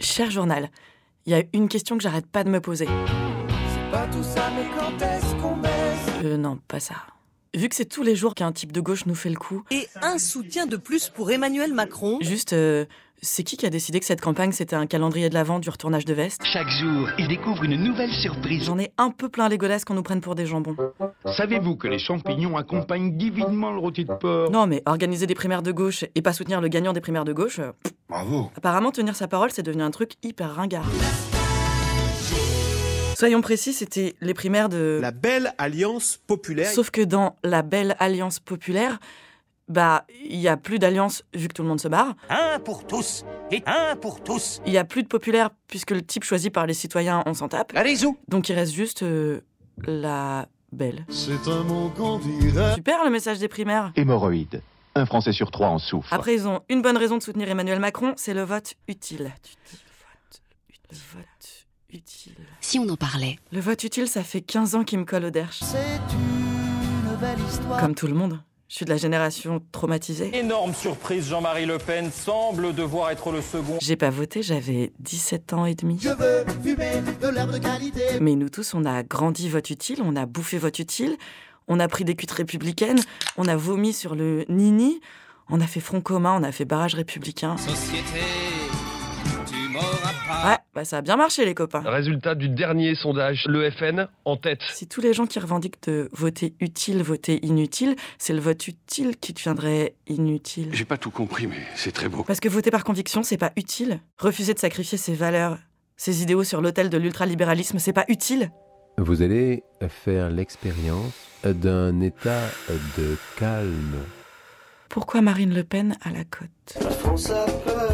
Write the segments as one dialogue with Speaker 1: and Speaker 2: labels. Speaker 1: cher journal. Il y a une question que j'arrête pas de me poser.
Speaker 2: C'est pas tout ça, mais quand est-ce qu'on baisse
Speaker 1: Euh, non, pas ça. Vu que c'est tous les jours qu'un type de gauche nous fait le coup,
Speaker 3: Et un soutien de plus pour Emmanuel Macron.
Speaker 1: juste, euh, c'est qui qui a décidé que cette campagne c'était un calendrier de l'avant du retournage de veste
Speaker 4: Chaque jour, il découvre une nouvelle surprise.
Speaker 1: J'en ai un peu plein les godasses qu'on nous prenne pour des jambons.
Speaker 4: Savez-vous que les champignons accompagnent divinement le rôti de porc
Speaker 1: Non, mais organiser des primaires de gauche et pas soutenir le gagnant des primaires de gauche, euh,
Speaker 5: Bravo
Speaker 1: apparemment tenir sa parole c'est devenu un truc hyper ringard. Soyons précis, c'était les primaires de.
Speaker 6: La belle alliance populaire.
Speaker 1: Sauf que dans la belle alliance populaire, bah, il y a plus d'alliance vu que tout le monde se barre.
Speaker 7: Un pour tous et un pour tous.
Speaker 1: Il y a plus de populaire puisque le type choisi par les citoyens, on s'en tape.
Speaker 7: Allez, zou
Speaker 1: Donc il reste juste euh, la belle.
Speaker 5: C'est un mot qu'on dirait.
Speaker 1: Super le message des primaires.
Speaker 8: Hémorroïdes. Un Français sur trois en souffre.
Speaker 1: Après, ils ont une bonne raison de soutenir Emmanuel Macron, c'est le vote utile. Le vote utile.
Speaker 9: Si on en parlait,
Speaker 1: Le vote utile, ça fait 15 ans qu'il me colle au derche.
Speaker 2: C'est une belle histoire.
Speaker 1: Comme tout le monde, je suis de la génération traumatisée.
Speaker 10: Énorme surprise, Jean-Marie Le Pen semble devoir être le second.
Speaker 1: J'ai pas voté, j'avais 17 ans et demi.
Speaker 2: Je veux fumer de l'herbe de qualité.
Speaker 1: Mais nous tous, on a grandi vote utile, on a bouffé vote utile, on a pris des cuites républicaines, on a vomi sur le nini, on a fait front commun, on a fait barrage républicain.
Speaker 7: Société, tu m'auras pas.
Speaker 1: Ouais, bah ça a bien marché les copains.
Speaker 11: Résultat du dernier sondage, le FN en tête.
Speaker 1: Si tous les gens qui revendiquent de voter utile, voter inutile, c'est le vote utile qui deviendrait inutile.
Speaker 5: J'ai pas tout compris, mais c'est très beau.
Speaker 1: Parce que voter par conviction, c'est pas utile. Refuser de sacrifier ses valeurs, ses idéaux sur l'autel de l'ultralibéralisme, c'est pas utile.
Speaker 12: Vous allez faire l'expérience d'un état de calme.
Speaker 1: Pourquoi Marine Le Pen à la cote
Speaker 2: La France a peur.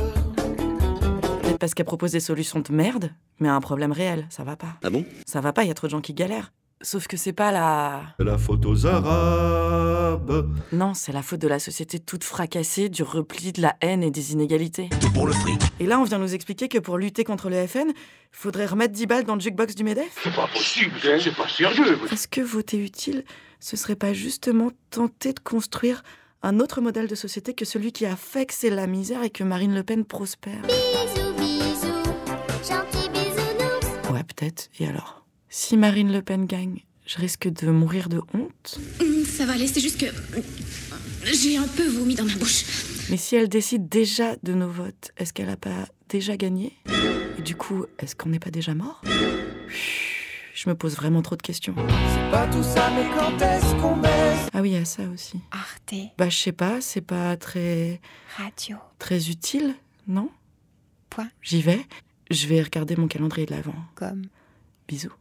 Speaker 1: Peut-être parce qu'elle propose des solutions de merde, mais à un problème réel, ça va pas.
Speaker 7: Ah bon
Speaker 1: Ça va pas, il y a trop de gens qui galèrent. Sauf que c'est pas la...
Speaker 5: La faute aux Arabes.
Speaker 1: Non, c'est la faute de la société toute fracassée, du repli, de la haine et des inégalités.
Speaker 7: Pour le fric.
Speaker 1: Et là, on vient nous expliquer que pour lutter contre le FN, faudrait remettre 10 balles dans le jukebox du MEDEF
Speaker 5: C'est pas possible, c'est pas sérieux.
Speaker 1: Est-ce que voter utile, ce serait pas justement tenter de construire un autre modèle de société que celui qui a fait que c'est la misère et que Marine Le Pen prospère Ouais, peut-être. Et alors Si Marine Le Pen gagne, je risque de mourir de honte.
Speaker 9: Hum, ça va aller, c'est juste que hum, j'ai un peu vomi dans ma bouche.
Speaker 1: Mais si elle décide déjà de nos votes, est-ce qu'elle a pas déjà gagné Et du coup, est-ce qu'on n'est pas déjà mort Je me pose vraiment trop de questions.
Speaker 2: C'est pas tout ça, mais quand est-ce qu'on baisse
Speaker 1: Ah oui, il y a ça aussi.
Speaker 9: Arte
Speaker 1: Bah, je sais pas, c'est pas très.
Speaker 9: Radio.
Speaker 1: très utile, non
Speaker 9: Point.
Speaker 1: J'y vais. Je vais regarder mon calendrier de l'avant.
Speaker 9: Comme.
Speaker 1: Bisous.